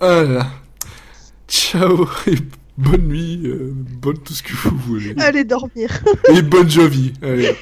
Ah là là. Ciao et bonne nuit, euh, bonne tout ce que vous voulez. Allez dormir. Et bonne jovie. Allez.